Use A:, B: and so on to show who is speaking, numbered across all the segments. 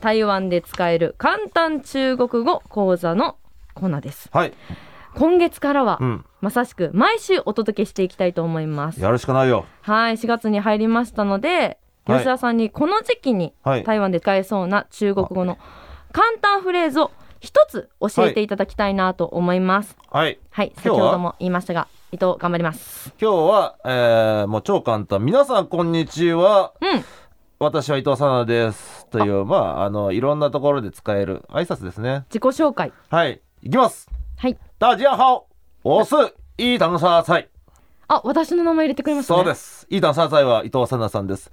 A: 台湾で使える簡単中国語講座のコーナーです
B: はい、
A: 今月からは、
B: うん、
A: まさしく毎週お届けしていきたいと思います
B: やるしかないよ。
A: はい4月に入りましたので
B: はい
A: 吉田さんにこの時期に
B: はい
A: 台湾で使えそうな中国語の簡単フレーズを一つ教えていただきたいなと思います
B: はい、
A: はい、
B: 今日
A: 先
B: は
A: ほども言いましたが伊藤頑張ります
B: 今日は、えー、もう超簡単。皆さんこんにちは。
A: うん
B: 私は伊藤さなです。という、まあ、あの、いろんなところで使える挨拶ですね。
A: 自己紹介
B: はい、いきます。
A: はい
B: 大家好，我是伊藤沙菜。
A: あ私の名前入れてくれましたね
B: そうです。伊藤沙菜は伊藤沙菜さんです。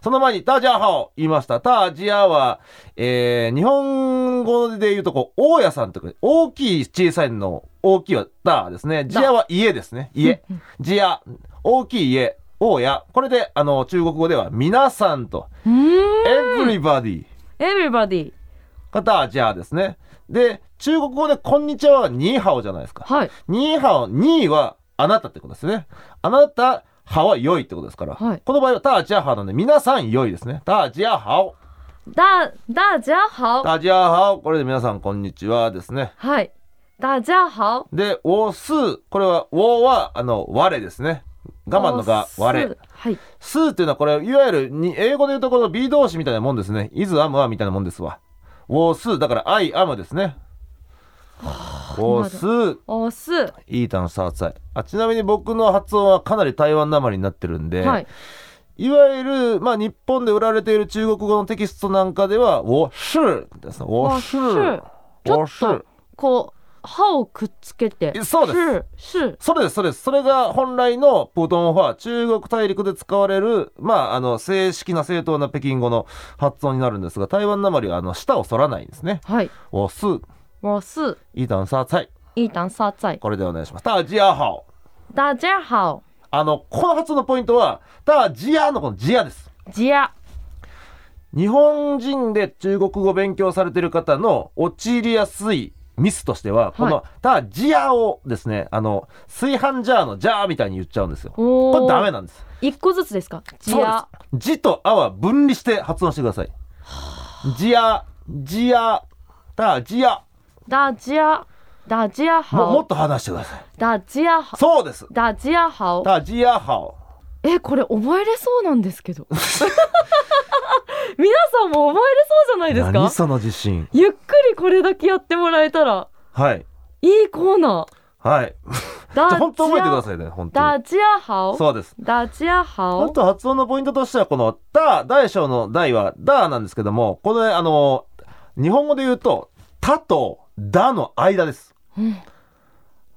B: その前に、大家好言いました。大家は、えー、日本語で言うと、こう、大家さんとか、大きい、小さいの、大きいは大ですね。
A: だ
B: 家は家ですね。家。家、大きい家、大家。これで、あの、中国語では、皆さんと、
A: うーん
B: everybody
A: エブリバディ
B: が大家ですね。で、中国語で、こんにちはは、ニーハオじゃないですか。
A: はい
B: ニーハオ、ニーはあなたってことですね。あなた、ハは良いってことですから。
A: はい
B: この場合はタージアハオなんで、皆さん良いですね。タージアハオ。
A: だだじゃ好
B: タージアハオ。これで皆さんこんにちはですね。
A: はいだじゃ好
B: で、おす。これは、おは、あの、我ですね。我慢のが、我。
A: はい
B: すーっていうのはこれ、いわゆるに、英語で言うとこの B 動詞みたいなもんですね。is, am, はみたいなもんですわ。おす。だから、I am ですね。おす。
A: おすはい
B: いタンサーツァイあちなみに僕の発音はかなり台湾なまりになってるんで、
A: い
B: いわゆる、まあ、日本で売られている中国語のテキストなんかでは「我是」ですね「我是」「
A: ちょ
B: 我
A: っ
B: 是
A: とこう歯をくっつけて
B: えそうです
A: す」
B: それですそれですそれが本来のプートンファー中国大陸で使われる、まあ、あの正式な正当な北京語の発音になるんですが台湾なまりはあの舌を反らないんですね
A: はい
B: 「我是
A: 我是
B: 一旦サーツァイ
A: 一旦沙在
B: これでお願いします「大家好
A: 大家好」
B: あのこの発音のポイントは「大家」のこの「家」です
A: ジア
B: 日本人で中国語勉強されてる方の陥りやすいミスとしては、この、た、ジアをですね、あの、炊飯ジャーのジャーみたいに言っちゃうんですよ。
A: おー
B: これダメなんです。
A: 一個ずつですかジ
B: そう
A: ア
B: です。ジとアは分離して発音してください。ジア、ジア、た、ジア。
A: 大家大家
B: ももっ
A: 好
B: と話してください。
A: 大家好
B: そうです。
A: 大家好
B: た、ジアハオ。
A: えこれ覚えれそうなんですけど 皆さんも覚えれそうじゃないです
B: 何
A: か
B: その自信。
A: ゆっくりこれだけやってもらえたら
B: はい。
A: いいコー ナ
B: はい。
A: ーだ
B: じゃあ本当覚えてくだ
A: い
B: さいね、本当
A: ダ
B: に。
A: ジアハオ
B: そうです。
A: ダジアハ
B: あ
A: オ
B: と発音のポイントとしては、この、だ、大小の大は、だなんですけども、これ、あの、日本語で言うと、たと、だの間です。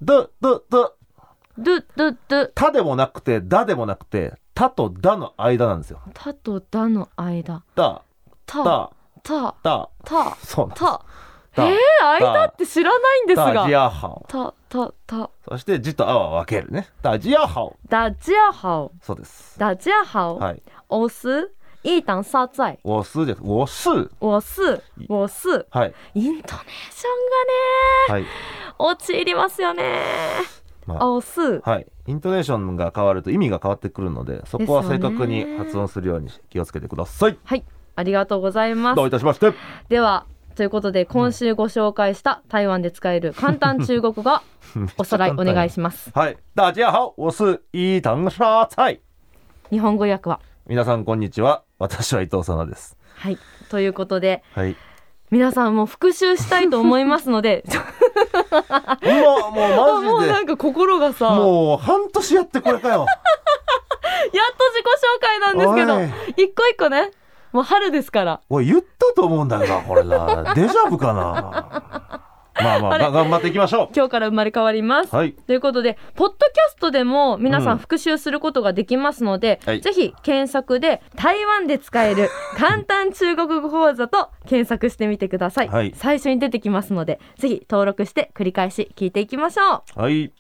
B: だ、だ、だ、
A: ドゥドゥドゥ
B: たでもなくて、だでもなくて、たとだの間なんですよ。
A: タとダの間
B: だ、
A: タ
B: だ、
A: タ
B: だ、
A: タ
B: そうなんです。
A: タえー、
B: だ
A: 間って知らないんです
B: だ、
A: が
B: じやはお。
A: タタタ
B: そして、じとあは分けるね。だ、じやはお。
A: ダジアハオ
B: そうです。
A: ダジアハオ、
B: はい。
A: 我是一档沙在
B: 我是です。我是。
A: 我是我是
B: はい。
A: イントネーションがね
B: はい。
A: 陥りますよね
B: まあ
A: おす
B: はい、イントネーションが変わると意味が変わってくるのでそこは
A: ですよ
B: 正
A: ね
B: 確に発音するように気をつけてください。
A: はいありがとうございます
B: どういたしまして
A: ではということで今週ご紹介した台湾で使える簡単中国語 おさらいお願いします
B: はい、大家好我是伊藤沙菜
A: 日本語訳は
B: 皆さんこんにちは私は伊藤さなです。
A: はいということで
B: はい、
A: 皆さんも復習したいと思いますの でちょっ
B: うわも
A: と
B: う
A: もう
B: マジ
A: な
B: で
A: んか心がさ
B: もう半年やってこれか よ。
A: やっと自己紹介なんですけど一個一個ねもう春ですから
B: おい言ったと思うんだがこれなデジャブかな。ま あまあが頑張っていきましょ
A: 今日から生まれ変わります
B: う。はい
A: ということで、ポッドキャストでも皆さ
B: うんん
A: 復習することができますので、
B: はい
A: ぜひ検索で台湾で使える 簡単中国語講座と検索してみてください。
B: はい
A: 最初に出てきますので、ぜひ登録して繰り返し聞いていきましょう。
B: はい。